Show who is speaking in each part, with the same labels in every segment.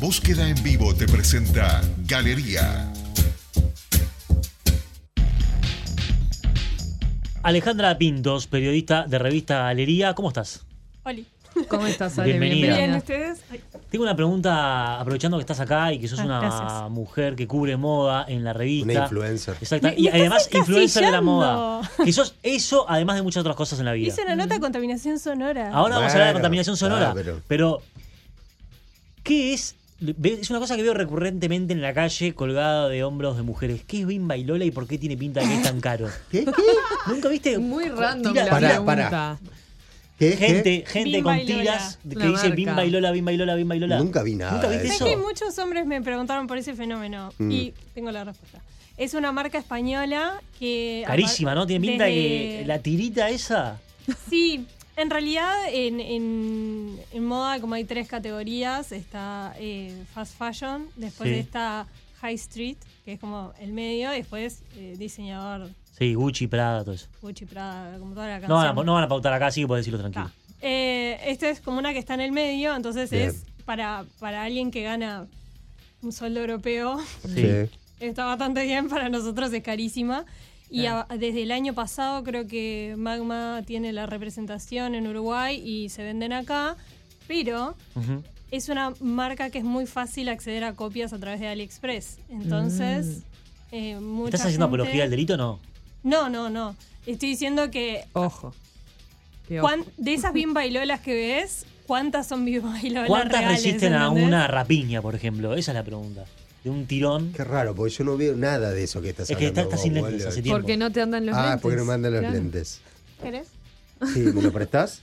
Speaker 1: Búsqueda en vivo te presenta Galería.
Speaker 2: Alejandra Pintos, periodista de revista Galería, ¿cómo estás?
Speaker 3: Oli.
Speaker 4: ¿Cómo estás, Ale?
Speaker 2: Bienvenida.
Speaker 3: Bien, ¿ustedes? Ay,
Speaker 2: Tengo una pregunta, aprovechando que estás acá y que sos
Speaker 3: Ah,
Speaker 2: una
Speaker 3: gracias.
Speaker 2: mujer que cubre moda en la revista.
Speaker 5: Una influencer.
Speaker 2: Exacta.
Speaker 3: Me-
Speaker 2: Y,
Speaker 3: me estás
Speaker 2: además influencer de la
Speaker 3: encasillando.
Speaker 2: moda. Que sos eso, además de muchas otras cosas en la vida.
Speaker 3: Hice una nota de contaminación sonora.
Speaker 2: Ahora vamos a hablar de
Speaker 5: Bueno,
Speaker 2: contaminación sonora.
Speaker 5: ah, pero-
Speaker 2: pero, ¿qué es? Ve- Es una cosa que veo recurrentemente en la calle colgada de hombros de mujeres. ¿Qué es Bim Bailola y por qué tiene pinta de que es tan caro?
Speaker 5: ¿Qué? ¿Qué?
Speaker 2: ¿Nunca viste?
Speaker 4: Muy random
Speaker 2: Tira-
Speaker 4: la
Speaker 5: Pará,
Speaker 4: pregunta.
Speaker 5: ¿Qué?
Speaker 2: Gente, gente
Speaker 3: Bimba
Speaker 2: con
Speaker 3: y Lola.
Speaker 2: tiras que
Speaker 4: La
Speaker 2: dice
Speaker 4: marca.
Speaker 2: Bimba y Lola, Bimba y Lola, Bimba y Lola.
Speaker 5: Nunca vi nada
Speaker 2: ¿Nunca viste
Speaker 5: de
Speaker 3: Sabés
Speaker 2: eso?
Speaker 5: eso.
Speaker 3: que muchos hombres me preguntaron por ese fenómeno
Speaker 2: Mm.
Speaker 3: y tengo la respuesta. Es una marca española que...
Speaker 2: Carísima, ¿no? Tiene pinta
Speaker 3: desde-
Speaker 2: que la tirita esa.
Speaker 3: Sí, en realidad en, en- en moda como hay tres categorías, está eh, fast fashion, después
Speaker 2: Sí.
Speaker 3: está high street, que es como el medio, y después eh, diseñador
Speaker 2: Sí, Gucci, Prada, todo eso.
Speaker 3: Gucci Prada, como toda la canción.
Speaker 2: No van, a, no van a pautar acá, así que podés decirlo tranquilo.
Speaker 3: Está. Eh, esta es como una que está en el medio, entonces
Speaker 5: Bien.
Speaker 3: es para, para alguien que gana un sueldo europeo.
Speaker 2: Sí.
Speaker 3: Está bastante bien, para nosotros es carísima. Y a- desde el año pasado creo que Magma tiene la representación en Uruguay y se venden acá, pero
Speaker 2: Ujú.
Speaker 3: es una marca que es muy fácil acceder a copias a través de AliExpress. Entonces, eh, mucha
Speaker 2: Mm. ¿Estás haciendo
Speaker 3: gente-
Speaker 2: apología del delito o no?
Speaker 3: No, no, no. Estoy diciendo que
Speaker 4: Ojo. Qué ojo.
Speaker 3: ¿Cuán- de esas bien bailolas que ves, ¿cuántas son bien bailolas?
Speaker 2: ¿Cuántas
Speaker 3: reales,
Speaker 2: resisten a
Speaker 3: entendés?
Speaker 2: una rapiña, por ejemplo? Esa es la pregunta. De un tirón.
Speaker 5: Qué raro, porque yo no veo nada de eso que estás
Speaker 2: Es que
Speaker 5: hablando
Speaker 2: está- está
Speaker 5: vos,
Speaker 2: sin lentes,
Speaker 5: boludo.
Speaker 2: hace tiempo.
Speaker 4: Porque no te andan los
Speaker 5: Ah,
Speaker 4: lentes.
Speaker 5: porque no mandan los
Speaker 4: Claro.
Speaker 5: lentes.
Speaker 3: ¿Querés?
Speaker 5: Sí, ¿me lo prestás?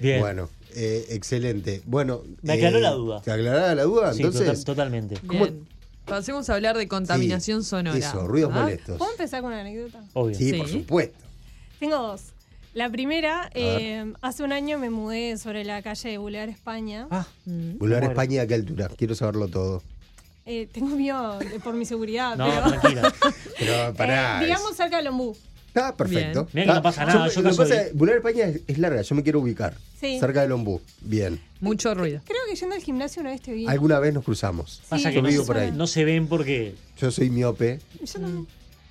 Speaker 2: Bien.
Speaker 5: Bueno, eh, excelente. Bueno,
Speaker 2: Me aclaró
Speaker 5: eh,
Speaker 2: la duda.
Speaker 5: ¿Te aclarará la duda?
Speaker 2: Sí,
Speaker 5: Entonces,
Speaker 2: tota- totalmente.
Speaker 5: ¿Cómo-
Speaker 4: Bien. Pasemos a hablar de contaminación
Speaker 5: Sí,
Speaker 4: sonora.
Speaker 5: Eso, ruidos
Speaker 4: ¿Ah?
Speaker 5: molestos.
Speaker 3: ¿Puedo empezar con una anécdota?
Speaker 2: Obvio.
Speaker 5: Sí, por
Speaker 4: Sí.
Speaker 5: supuesto.
Speaker 3: Tengo dos. La primera,
Speaker 5: ver.
Speaker 3: eh, hace un año me mudé sobre la calle de Boulevard España.
Speaker 2: Ah,
Speaker 4: Mm.
Speaker 5: Volver a
Speaker 2: Bueno.
Speaker 5: España a qué altura, quiero saberlo todo.
Speaker 3: Eh, tengo miedo de- por mi seguridad,
Speaker 2: no,
Speaker 3: Ah, pero...
Speaker 2: tranquila.
Speaker 5: Pero
Speaker 3: Eh,
Speaker 5: pará.
Speaker 3: digamos
Speaker 5: es-
Speaker 3: cerca de Lombú.
Speaker 5: Está perfecto.
Speaker 2: Bien. Mirá que no
Speaker 5: Está-
Speaker 2: pasa nada, yo
Speaker 5: lo que
Speaker 2: caso
Speaker 5: pasa
Speaker 2: de-
Speaker 5: es, Volver a España es, es larga, yo me quiero ubicar.
Speaker 3: Sí.
Speaker 5: Cerca del Ombú. Bien.
Speaker 4: Mucho ruido.
Speaker 3: Creo que yendo al gimnasio una vez te vi.
Speaker 5: Alguna vez nos cruzamos.
Speaker 2: Pasa
Speaker 3: Sí,
Speaker 2: que
Speaker 5: Yo
Speaker 2: no,
Speaker 5: vivo
Speaker 2: se-
Speaker 5: por ahí.
Speaker 2: no se ven porque.
Speaker 5: Yo soy miope.
Speaker 3: Yo también.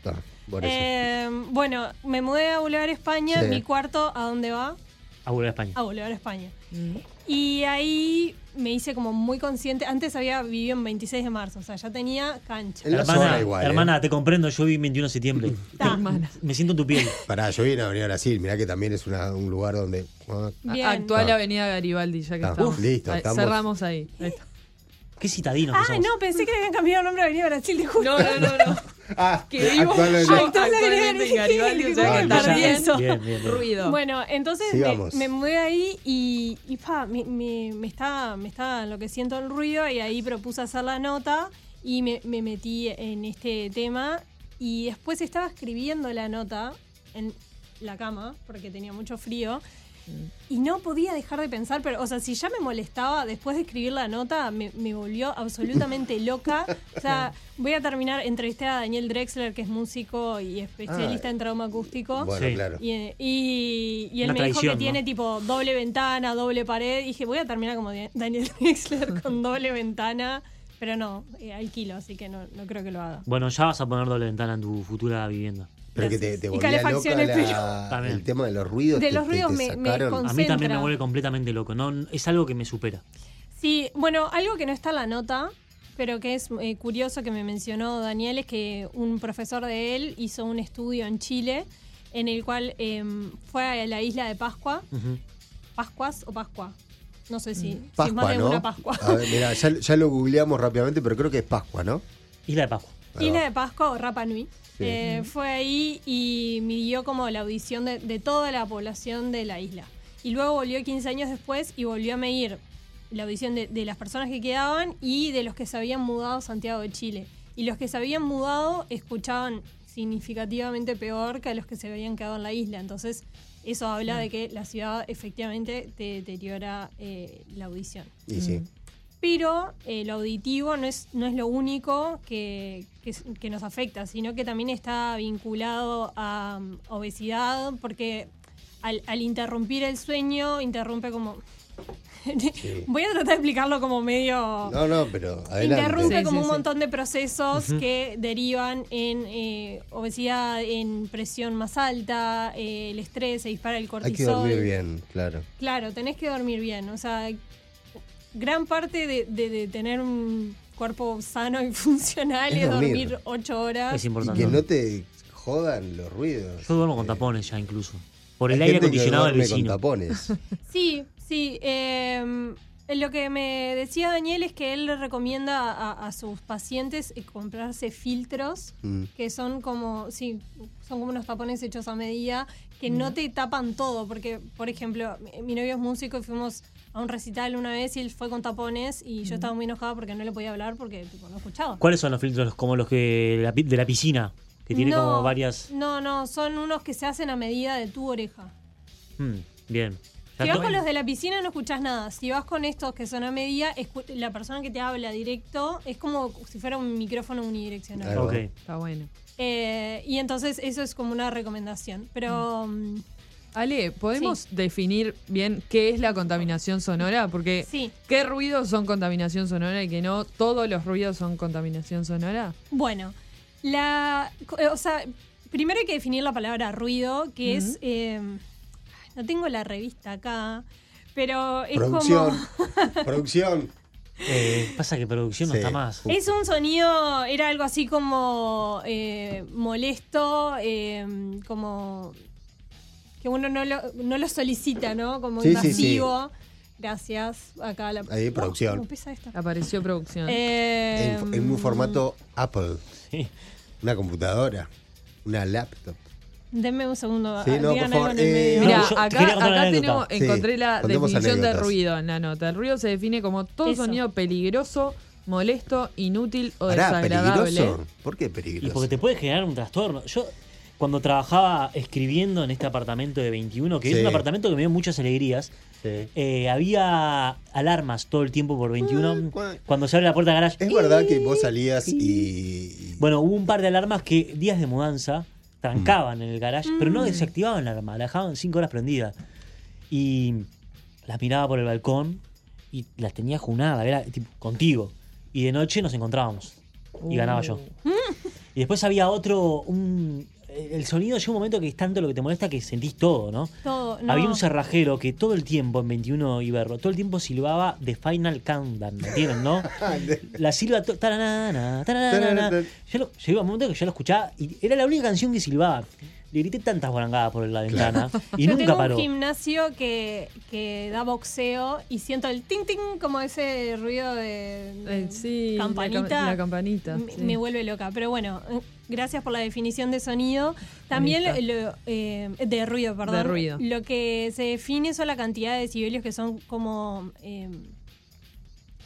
Speaker 5: Ah, por eso.
Speaker 3: Eh, bueno, me mudé a Boulevard España.
Speaker 5: Sí.
Speaker 3: Mi cuarto, ¿a dónde va?
Speaker 2: A volver a España.
Speaker 3: a Boulevard España. Y ahí me hice como muy consciente. Antes había vivido en 26 de marzo, o sea, ya tenía cancha.
Speaker 5: En la
Speaker 2: hermana,
Speaker 5: zona igual, ¿eh?
Speaker 2: hermana te comprendo, yo vi 21 de septiembre.
Speaker 3: Ta.
Speaker 4: Hermana.
Speaker 2: Me siento en tu piel.
Speaker 5: Pará, yo vine a Avenida Brasil, mirá que también es una- un lugar donde. ah,
Speaker 3: Bien.
Speaker 4: Actual
Speaker 5: Ah.
Speaker 4: Avenida Garibaldi, ya que
Speaker 5: Ah,
Speaker 4: estamos.
Speaker 5: uf, listo,
Speaker 4: Ahí,
Speaker 5: estamos.
Speaker 4: Cerramos ahí. Ahí está.
Speaker 2: Qué citadinos que
Speaker 3: Ah,
Speaker 2: somos.
Speaker 3: no, pensé que le habían cambiado el nombre a Avenida Brasil, te juro.
Speaker 4: No, no, no, no.
Speaker 5: Ah,
Speaker 4: Que vivo
Speaker 5: actualmente-
Speaker 4: yo
Speaker 3: Entonces,
Speaker 4: actualmente en Garibaldi, o sea
Speaker 5: Ah,
Speaker 4: que
Speaker 5: empezá-
Speaker 4: está bien.
Speaker 3: eso.
Speaker 2: Bien, bien, bien.
Speaker 4: Ruido.
Speaker 3: Bueno, entonces
Speaker 5: Sigamos.
Speaker 3: me, me mudé ahí y, y pa, me, me, me estaba, me estaba enloqueciendo el ruido y ahí propuse hacer la nota y me, me metí en este tema y después estaba escribiendo la nota en la cama porque tenía mucho frío y no podía dejar de pensar, pero o sea, si ya me molestaba después de escribir la nota, me, me volvió absolutamente loca. O sea, voy a terminar, entrevisté a Daniel Drexler, que es músico y especialista
Speaker 5: Ah,
Speaker 3: en trauma acústico.
Speaker 5: Bueno,
Speaker 2: Sí.
Speaker 5: claro.
Speaker 3: Y, eh, y- y él
Speaker 2: Una
Speaker 3: me dijo que
Speaker 2: traición, ¿no?
Speaker 3: tiene tipo doble ventana, doble pared. Y dije, voy a terminar como Dan- Daniel Drexler con doble ventana. Pero no, eh, alquilo, así que no, no creo que lo haga.
Speaker 2: Bueno, ya vas a poner doble ventana en tu futura vivienda.
Speaker 5: Pero que te,
Speaker 3: Y
Speaker 5: te volvía loca
Speaker 3: calefacciones,
Speaker 5: la-
Speaker 2: pero-
Speaker 5: el tema de los ruidos.
Speaker 3: De
Speaker 5: te-
Speaker 3: los
Speaker 5: te-
Speaker 3: ruidos
Speaker 5: te
Speaker 3: me- me
Speaker 5: sacaron.
Speaker 3: con-
Speaker 2: A mí también me
Speaker 3: Concentra.
Speaker 2: vuelve completamente loco. No, es algo que me supera.
Speaker 3: Sí, bueno, algo que no está en la nota, pero que es eh, curioso que me mencionó Daniel, es que un profesor de él hizo un estudio en Chile en el cual em, fue a la isla de Pascua.
Speaker 2: Ujú.
Speaker 3: ¿Pascuas o Pascua? No sé si, si es
Speaker 5: Pascua,
Speaker 3: más de
Speaker 5: ¿no?
Speaker 3: una Pascua.
Speaker 5: A ver, mirá, ya, ya lo googleamos rápidamente, pero creo que es Pascua, ¿no?
Speaker 2: Isla de Pascua.
Speaker 5: Ahí
Speaker 3: Isla
Speaker 5: va.
Speaker 3: de Pascua o Rapa Nui. Eh, fue ahí y midió como la audición de, de toda la población de la isla. Y luego volvió 15 años después y volvió a medir la audición de, de las personas que quedaban y de los que se habían mudado a Santiago de Chile. Y los que se habían mudado escuchaban significativamente peor que a los que se habían quedado en la isla. Entonces, eso habla de que la ciudad efectivamente te deteriora eh, la audición
Speaker 5: Y sí.
Speaker 3: Mm. pero eh, lo auditivo no es, no es lo único que, que es- que nos afecta, sino que también está vinculado a mm, obesidad, porque al, al interrumpir el sueño, interrumpe como Voy a tratar de explicarlo como medio...
Speaker 5: No, no, pero adelante.
Speaker 3: Interrumpe
Speaker 4: Sí,
Speaker 3: como un
Speaker 4: sí, sí.
Speaker 3: montón de procesos que derivan en eh, obesidad, en presión más alta, eh, el estrés, se dispara el cortisol.
Speaker 5: Hay que dormir bien, claro.
Speaker 3: Claro, tenés que dormir bien. O sea, gran parte de, de- de tener un cuerpo sano y funcional
Speaker 5: Es
Speaker 3: es,
Speaker 5: dormir.
Speaker 3: dormir ocho horas.
Speaker 2: Es
Speaker 5: Y
Speaker 2: importante.
Speaker 5: que no te jodan los ruidos.
Speaker 2: Yo duermo con
Speaker 5: Eh,
Speaker 2: tapones ya incluso. Por
Speaker 5: hay
Speaker 2: el aire
Speaker 5: gente que
Speaker 2: acondicionado del
Speaker 5: duerme con
Speaker 2: vecino.
Speaker 5: tapones.
Speaker 3: Sí, sí. eh, lo que me decía Daniel es que él le recomienda a, a sus pacientes eh, comprarse filtros
Speaker 5: Mm.
Speaker 3: que son como, sí, son como unos tapones hechos a medida que
Speaker 5: Mm.
Speaker 3: no te tapan todo, porque, por ejemplo, mi- mi novio es músico y fuimos a un recital una vez y él fue con tapones y
Speaker 5: Mm.
Speaker 3: yo estaba muy enojada porque no le podía hablar porque tipo, no escuchaba.
Speaker 2: ¿Cuáles son los filtros como los que la pi- de la piscina? Que tiene
Speaker 3: No,
Speaker 2: como varias.
Speaker 3: No, no, son unos que se hacen a medida de tu oreja.
Speaker 2: Mm, bien. Ya
Speaker 3: Si vas
Speaker 2: to-
Speaker 3: con los de la piscina no escuchás nada. Si vas con estos que son a medida, escu- la persona que te habla directo es como si fuera un micrófono unidireccional.
Speaker 5: Ahí va.
Speaker 2: Ok.
Speaker 4: Está bueno.
Speaker 3: Eh, y entonces eso es como una recomendación. Pero mm,
Speaker 4: Ale, ¿podemos definir bien qué es la contaminación sonora?
Speaker 2: Eh.
Speaker 4: Porque
Speaker 3: sí.
Speaker 4: ¿qué ruidos son contaminación sonora y que no todos los ruidos son contaminación sonora?
Speaker 3: Bueno, la. co- eh, O sea, primero hay que definir la palabra ruido, que es.
Speaker 4: Ujú.
Speaker 3: eh, ay, no tengo la revista acá, pero es
Speaker 5: Producción.
Speaker 3: como.
Speaker 5: Producción.
Speaker 2: Eh, pasa que producción
Speaker 5: Sí.
Speaker 2: no está más.
Speaker 3: Es un sonido, era algo así como eh, molesto, eh, como que uno no lo, no lo solicita, ¿no? Como
Speaker 5: Sí, sí, sí.
Speaker 3: invasivo. Gracias. Acá la
Speaker 5: Ahí,
Speaker 3: Oh,
Speaker 5: producción.
Speaker 3: ¿cómo pesa esta?
Speaker 4: Apareció producción.
Speaker 3: Eh,
Speaker 5: En, en un formato Apple.
Speaker 2: Em. Sí.
Speaker 5: Una computadora. Una laptop.
Speaker 3: Denme un segundo.
Speaker 5: Sí,
Speaker 3: ah,
Speaker 5: no, por
Speaker 3: digan
Speaker 5: favor,
Speaker 3: algo en el
Speaker 5: eh,
Speaker 3: medio.
Speaker 4: Mira,
Speaker 2: No, yo te
Speaker 4: acá,
Speaker 2: quería contar una
Speaker 4: acá
Speaker 2: anécdota.
Speaker 4: tenemos,
Speaker 5: Sí,
Speaker 4: encontré la
Speaker 5: contemos
Speaker 4: definición de
Speaker 5: anécdotas.
Speaker 4: ruido en la nota. El ruido se define como todo
Speaker 3: Eso.
Speaker 4: sonido peligroso, molesto, inútil o
Speaker 5: Pará,
Speaker 4: desagradable.
Speaker 5: peligroso. ¿Por qué
Speaker 2: Y
Speaker 5: peligroso?
Speaker 2: porque te puede generar un trastorno. Yo, cuando trabajaba escribiendo en este apartamento de 21, que
Speaker 5: Sí.
Speaker 2: es un apartamento que me dio muchas alegrías,
Speaker 5: Sí.
Speaker 2: eh, había alarmas todo el tiempo por 21.
Speaker 5: cuá.
Speaker 2: Cuando se abre la puerta del garage.
Speaker 5: Es
Speaker 2: ¡ih!
Speaker 5: verdad que vos salías y.
Speaker 2: Bueno, hubo un par de alarmas que días de mudanza trancaban en el garage, pero no desactivaban la alarma, la dejaban cinco horas prendida. Y las miraba por el balcón y las tenía junada, era tipo contigo. Y de noche nos encontrábamos. Y ganaba yo. Y después había otro, un... El sonido llega un momento que es tanto lo que te molesta que sentís todo, ¿no?
Speaker 3: Todo, no.
Speaker 2: Había un cerrajero que todo el tiempo en 21 Iberro, todo el tiempo silbaba The Final Countdown, ¿me entienden, no?
Speaker 5: Ah,
Speaker 2: La silba to- taranana, taranana. Yo lo, llegó un momento que yo lo escuchaba y era la única canción que silbaba. Le grité tantas guarangadas por la ventana y
Speaker 3: Yo
Speaker 2: nunca
Speaker 3: tengo
Speaker 2: paró.
Speaker 3: un gimnasio que, que da boxeo y siento el ting ting como ese ruido de, de
Speaker 4: Eh, sí, la cam-
Speaker 3: campanita.
Speaker 4: La, campanita.
Speaker 3: me,
Speaker 4: sí.
Speaker 3: me vuelve loca. Pero bueno, eh, gracias por la definición de sonido. También
Speaker 4: Ahí
Speaker 3: lo- eh, de ruido, perdón.
Speaker 4: De ruido.
Speaker 3: Lo que se define son la cantidad de decibelios que son como eh,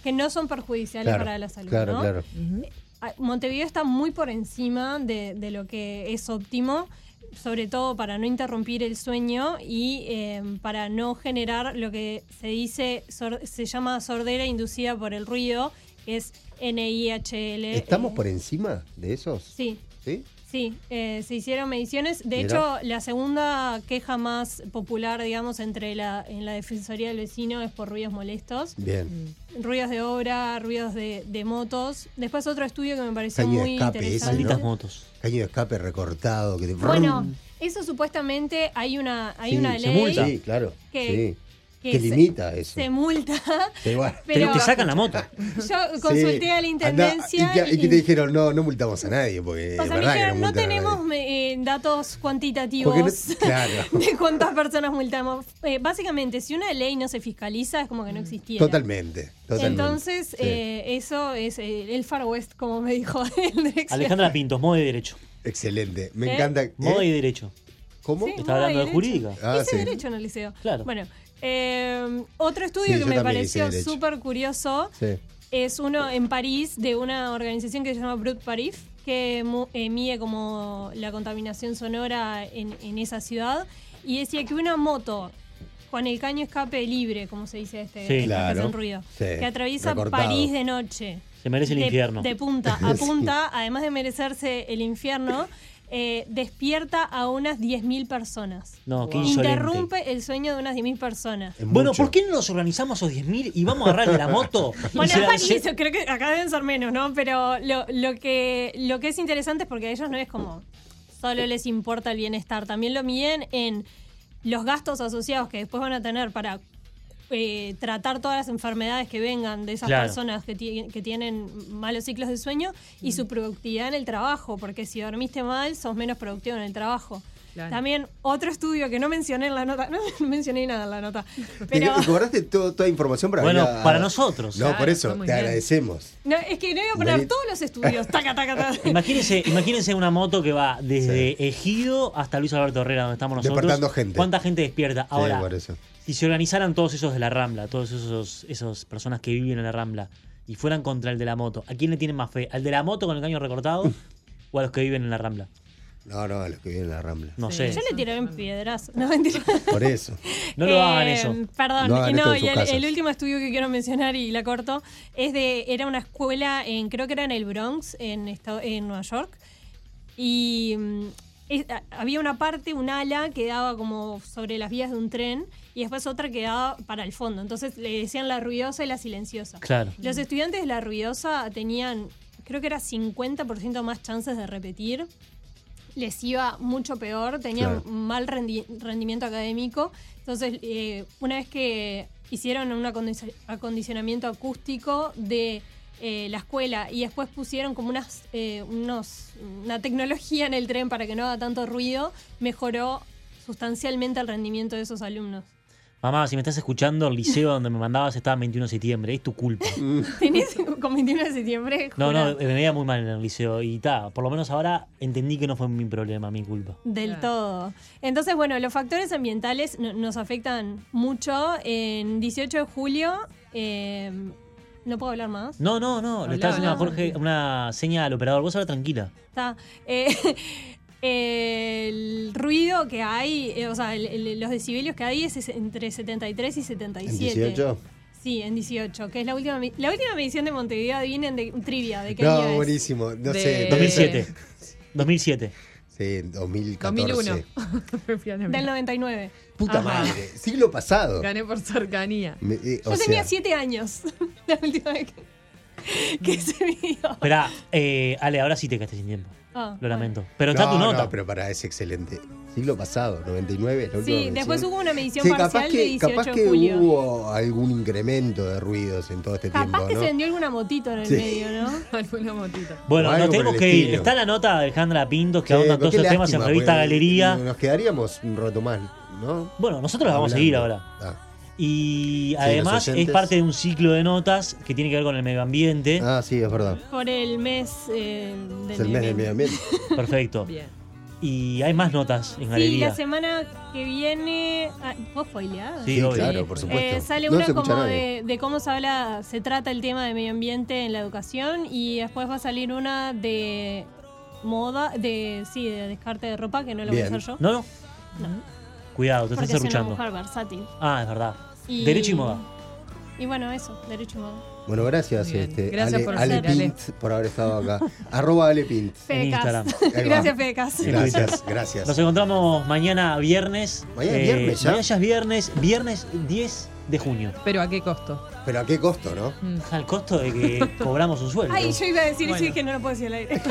Speaker 3: que no son perjudiciales
Speaker 5: Claro,
Speaker 3: para la salud.
Speaker 5: claro,
Speaker 3: ¿no?
Speaker 5: claro.
Speaker 4: Ujú.
Speaker 3: Ah, Montevideo está muy por encima de, de lo que es óptimo, sobre todo para no interrumpir el sueño y eh, para no generar lo que se dice, sor- se llama sordera inducida por el ruido, que es NIHL.
Speaker 5: ¿Estamos
Speaker 3: eh,
Speaker 5: por encima de esos?
Speaker 3: Sí,
Speaker 5: ¿Sí?
Speaker 3: sí, eh, se hicieron mediciones. De
Speaker 5: Mirá.
Speaker 3: hecho, la segunda queja más popular, digamos, entre la, en la Defensoría del Vecino es por ruidos molestos.
Speaker 5: Bien.
Speaker 3: Mm. Ruidos de obra, ruidos de, de motos. Después otro estudio que me pareció
Speaker 5: Caño de
Speaker 3: muy
Speaker 5: escape ese,
Speaker 3: interesante.
Speaker 2: Malditas
Speaker 5: ¿no?
Speaker 2: motos.
Speaker 5: Caño de escape recortado. Que te-
Speaker 3: Bueno, eso supuestamente hay una, hay
Speaker 5: Sí,
Speaker 3: una
Speaker 5: se
Speaker 3: ley
Speaker 2: multa.
Speaker 5: Sí, claro.
Speaker 3: que-
Speaker 5: sí.
Speaker 3: que
Speaker 5: que
Speaker 3: se-
Speaker 5: limita eso.
Speaker 3: se multa.
Speaker 5: Sí, bueno.
Speaker 2: Te-
Speaker 3: Pero
Speaker 2: te, sacan la moto.
Speaker 3: yo
Speaker 5: Sí.
Speaker 3: consulté a la
Speaker 5: Andá,
Speaker 3: intendencia.
Speaker 5: y, que, y que te dijeron, no, no multamos a nadie. Porque
Speaker 3: o
Speaker 5: es
Speaker 3: sea, me
Speaker 5: verdad que no,
Speaker 3: dijeron, no
Speaker 5: multan a nadie".
Speaker 3: tenemos eh, datos cuantitativos.
Speaker 5: Porque no- claro.
Speaker 3: de cuántas personas multamos. Eh, básicamente, si una ley no se fiscaliza, es como que no existiera.
Speaker 5: Totalmente. totalmente.
Speaker 3: Entonces,
Speaker 5: Sí.
Speaker 3: eh, eso es eh, el Far West, como me dijo el Drex.
Speaker 2: Alejandra Pintos, modo y derecho.
Speaker 5: Excelente. Me
Speaker 3: ¿Eh?
Speaker 5: encanta.
Speaker 2: Modo
Speaker 5: ¿eh?
Speaker 2: y derecho.
Speaker 5: ¿Cómo?
Speaker 3: Sí.
Speaker 2: Está hablando de
Speaker 3: derecho.
Speaker 2: jurídica.
Speaker 5: Ah,
Speaker 3: hice
Speaker 5: sí.
Speaker 3: derecho en el liceo.
Speaker 2: Claro.
Speaker 3: Bueno, eh, otro estudio
Speaker 5: Sí,
Speaker 3: que
Speaker 5: yo
Speaker 3: me
Speaker 5: también hice
Speaker 3: pareció
Speaker 5: derecho.
Speaker 3: súper curioso
Speaker 5: Sí.
Speaker 3: es uno en París de una organización que se llama Brut Parif, que mu- eh, mide como la contaminación sonora en, en esa ciudad. Y decía que una moto con el caño escape libre, como se dice
Speaker 2: Sí.
Speaker 3: este, este que hace
Speaker 5: Claro.
Speaker 3: un ruido,
Speaker 5: Sí,
Speaker 3: que atraviesa
Speaker 5: recortado.
Speaker 3: París de noche.
Speaker 2: Se merece el
Speaker 3: de,
Speaker 2: infierno.
Speaker 3: de punta a
Speaker 5: Sí.
Speaker 3: punta, además de merecerse el infierno, eh, despierta a unas 10.000 personas.
Speaker 2: No, qué
Speaker 5: Wow.
Speaker 2: insolente.
Speaker 3: Interrumpe el sueño de unas 10.000 personas.
Speaker 5: Es
Speaker 2: Bueno,
Speaker 5: mucho.
Speaker 2: ¿por qué no nos organizamos esos 10.000 y vamos a agarrar la moto? y
Speaker 3: Bueno,
Speaker 2: se la-
Speaker 3: Fanny,
Speaker 2: se-
Speaker 3: eso, creo que acá deben ser menos, ¿no? Pero lo, lo que, lo que es interesante es porque a ellos no es como solo les importa el bienestar, también lo miden en los gastos asociados que después van a tener para eh, tratar todas las enfermedades que vengan de esas
Speaker 2: Claro.
Speaker 3: personas que, ti- que tienen malos ciclos de sueño y su productividad en el trabajo, porque si dormiste mal sos menos productivo en el trabajo.
Speaker 4: Claro.
Speaker 3: También otro estudio que no mencioné en la nota, no, mencioné nada en la nota,
Speaker 5: Te-
Speaker 3: pero...
Speaker 5: te guardaste to- toda información para
Speaker 2: Bueno,
Speaker 5: venir a-
Speaker 2: para nosotros.
Speaker 5: No,
Speaker 4: Claro,
Speaker 5: por
Speaker 4: está
Speaker 5: eso,
Speaker 4: muy
Speaker 5: te
Speaker 4: bien.
Speaker 5: agradecemos.
Speaker 3: No, es que no iba a poner
Speaker 5: Nadie-
Speaker 3: todos los estudios. Taca, taca, taca.
Speaker 2: Imagínense, imagínense una moto que va desde Ejido hasta Luis Alberto Herrera, donde estamos nosotros.
Speaker 5: Despertando gente.
Speaker 2: ¿Cuánta gente despierta?
Speaker 5: Sí,
Speaker 2: Ahora,
Speaker 5: por eso.
Speaker 2: si se organizaran todos esos de la Rambla, todos esos esas personas que viven en la Rambla, y fueran contra el de la moto, ¿a quién le tienen más fe? ¿Al de la moto con el caño recortado o a los que viven en la Rambla?
Speaker 5: No, no, a los que viven en la rambla.
Speaker 2: No
Speaker 4: Sí.
Speaker 2: sé.
Speaker 3: Yo eh, le tiré un piedrazo. No, mentira.
Speaker 5: Por eso.
Speaker 2: No lo hagan eso.
Speaker 3: Perdón,
Speaker 5: No hagan
Speaker 3: y no,
Speaker 5: esto en
Speaker 3: y
Speaker 5: sus
Speaker 3: el,
Speaker 5: casas.
Speaker 3: el último estudio que quiero mencionar y la corto es de. Era una escuela en. Creo que era en el Bronx, en, esta- en Nueva York. Y mm, es- a- había una parte, un ala, que daba como sobre las vías de un tren y después otra que daba para el fondo. Entonces le decían la ruidosa y la silenciosa.
Speaker 2: Claro.
Speaker 3: Los estudiantes de la ruidosa tenían, creo que era 50% más chances de repetir. Les iba mucho peor, tenían
Speaker 5: Claro.
Speaker 3: mal rendi- rendimiento académico. Entonces, eh, una vez que hicieron un acondici- acondicionamiento acústico de eh, la escuela y después pusieron como unas, eh, unos, una tecnología en el tren para que no haga tanto ruido, mejoró sustancialmente el rendimiento de esos alumnos.
Speaker 2: Mamá, si me estás escuchando, el liceo donde me mandabas estaba 21 de septiembre, es tu culpa.
Speaker 3: ¿Tenés con 21 de septiembre?
Speaker 2: No, no,
Speaker 3: jurado.
Speaker 2: me veía muy mal en el liceo y ta, por lo menos ahora entendí que no fue mi problema, mi culpa.
Speaker 3: Del
Speaker 4: Claro.
Speaker 3: todo. Entonces, bueno, los factores ambientales no- nos afectan mucho. En 18 de julio, eh, no puedo hablar más.
Speaker 2: No, no, no, le
Speaker 4: Hablá,
Speaker 2: estaba haciendo a
Speaker 4: hablá.
Speaker 2: Jorge una seña al operador, vos ahora tranquila.
Speaker 3: Está. Eh, el ruido que hay, eh, o sea, el- el- los decibelios que hay es es entre 73 y
Speaker 5: ¿En
Speaker 3: 77.
Speaker 5: 18?
Speaker 3: Sí, en 18, que es la última, mi- la última medición de Montevideo, adivinen de trivia, de qué año
Speaker 5: No,
Speaker 3: es.
Speaker 5: buenísimo. No
Speaker 4: De-
Speaker 5: sé.
Speaker 3: Eh,
Speaker 5: debe
Speaker 2: 2007.
Speaker 5: ser-
Speaker 2: 2007.
Speaker 5: Sí, 2014.
Speaker 4: 2001.
Speaker 3: Del 99.
Speaker 5: Puta
Speaker 4: Ajá.
Speaker 5: madre. Siglo pasado.
Speaker 4: Gané por cercanía.
Speaker 5: Me- eh,
Speaker 3: Yo
Speaker 5: o
Speaker 3: tenía
Speaker 5: sea,
Speaker 3: 7 años la última vez que, que se midió.
Speaker 2: Esperá, eh, Ale, ahora sí te quedaste sin tiempo.
Speaker 3: Ah,
Speaker 2: Lo
Speaker 3: bueno.
Speaker 2: lamento. Pero está tu
Speaker 5: no,
Speaker 2: nota.
Speaker 5: No, pero para, es excelente. Siglo pasado, 99. la última
Speaker 3: Sí, después
Speaker 5: medición.
Speaker 3: hubo una medición
Speaker 5: Sí, capaz
Speaker 3: parcial de
Speaker 5: que,
Speaker 3: 18
Speaker 5: capaz
Speaker 3: de
Speaker 5: que
Speaker 3: julio.
Speaker 5: hubo algún incremento de ruidos en todo este
Speaker 3: capaz
Speaker 5: tiempo,
Speaker 3: que
Speaker 5: ¿no?
Speaker 3: se vendió alguna motito en el
Speaker 5: Sí.
Speaker 3: medio, ¿no?
Speaker 4: Alguna motita.
Speaker 2: Bueno,
Speaker 5: o
Speaker 2: nos
Speaker 5: algo por
Speaker 2: tenemos
Speaker 5: el
Speaker 2: que ir.
Speaker 5: estilo.
Speaker 2: Está la nota de Alejandra Pintos que
Speaker 5: Sí,
Speaker 2: ahonda
Speaker 5: pero
Speaker 2: todos
Speaker 5: qué
Speaker 2: esos temas en
Speaker 5: lástima,
Speaker 2: revista
Speaker 5: porque
Speaker 2: Galería.
Speaker 5: Nos quedaríamos un rato más, ¿no?
Speaker 2: Bueno, nosotros la vamos a
Speaker 5: Hablando.
Speaker 2: seguir ahora.
Speaker 5: Ah,
Speaker 2: Y
Speaker 5: los
Speaker 2: además es
Speaker 5: oyentes.
Speaker 2: parte de un ciclo de notas que tiene que ver con el medio ambiente.
Speaker 5: Ah, sí, es verdad.
Speaker 3: Por el mes eh, del
Speaker 5: Es el mes del medio ambiente.
Speaker 2: Perfecto.
Speaker 4: Bien.
Speaker 2: Y hay más notas en
Speaker 3: Sí,
Speaker 2: galería.
Speaker 3: la semana que viene. ah, ¿Vos spoileás?
Speaker 2: Sí,
Speaker 5: Sí,
Speaker 2: obvio.
Speaker 5: claro, por supuesto.
Speaker 3: Eh, sale
Speaker 5: No
Speaker 3: una
Speaker 5: se escucha
Speaker 3: como
Speaker 5: nadie.
Speaker 3: de, de cómo se habla, se trata el tema de medio ambiente en la educación y después va a salir una de moda, de sí, de descarte de ropa, que no lo voy
Speaker 5: Bien.
Speaker 3: a hacer yo.
Speaker 2: No, no. Cuidado, te
Speaker 3: porque
Speaker 2: estás
Speaker 3: soy una
Speaker 2: cerruchando.
Speaker 3: mujer versátil.
Speaker 2: Ah, es verdad.
Speaker 3: Y-
Speaker 2: Derecho y moda.
Speaker 3: Y bueno, eso, derecho y moda.
Speaker 5: Bueno, gracias,
Speaker 4: Muy bien.
Speaker 5: este,
Speaker 4: Gracias
Speaker 5: Ale,
Speaker 4: por
Speaker 5: Ale
Speaker 4: ser, Ale.
Speaker 5: Pint, por haber estado acá. Arroba Ale Pint.
Speaker 2: En
Speaker 3: Fedecas.
Speaker 2: Instagram.
Speaker 5: Ahí va.
Speaker 3: Gracias, Fedecas.
Speaker 5: Gracias, gracias.
Speaker 2: Nos encontramos mañana viernes. Eh,
Speaker 5: Mañana es viernes, ¿ya?
Speaker 2: Mañana ya es viernes, viernes 10 de junio.
Speaker 4: Pero a qué costo. Mm.
Speaker 5: Pero a qué costo, ¿no?
Speaker 2: Al costo de que cobramos un sueldo.
Speaker 3: Ay, yo iba a decir eso y
Speaker 4: Bueno.
Speaker 3: dije no lo puedo decir al aire.